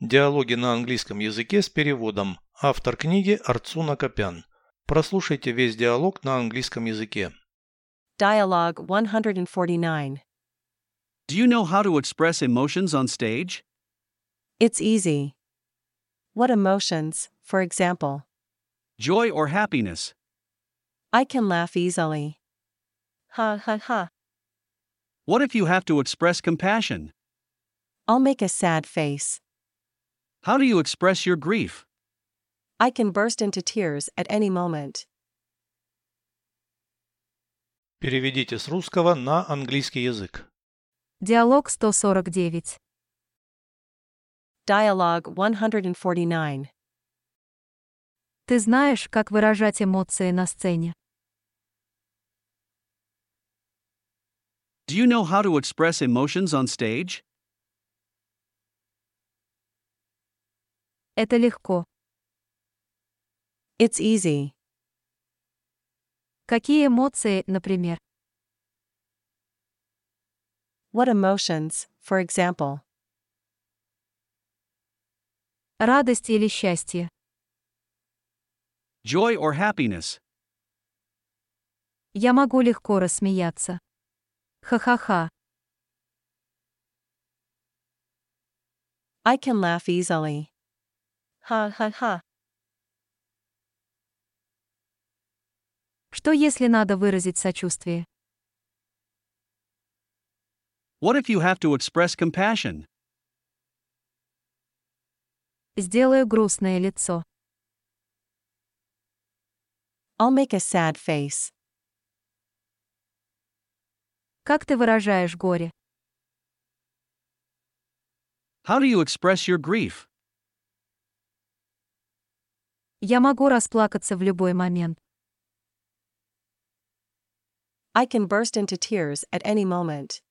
Диалоги на английском языке с переводом. Автор книги Арцуна Копян. Прослушайте весь диалог на английском языке. Dialogue 149. Do you know how to express emotions on stage? It's easy. What emotions, for example? Joy or happiness? I can laugh easily. Ha ha ha. What if you have to express compassion? I'll make a sad face. How do you express your grief? I can burst into tears at any moment. Переведите с русского на английский язык. Диалог 149. Dialogue 149. Ты знаешь, как выражать эмоции на сцене. Do you know how to express emotions on stage? Это легко. It's easy. Какие эмоции, например? What emotions, for example? Радость или счастье? Joy or happiness? Я могу легко рассмеяться. Ха-ха-ха. I can laugh easily. Ha ha ha. Что если надо выразить сочувствие? What if you have to express compassion? Сделаю грустное лицо. I'll make a sad face. Как ты выражаешь горе? How do you express your grief? Я могу расплакаться в любой момент. I can burst into tears at any moment.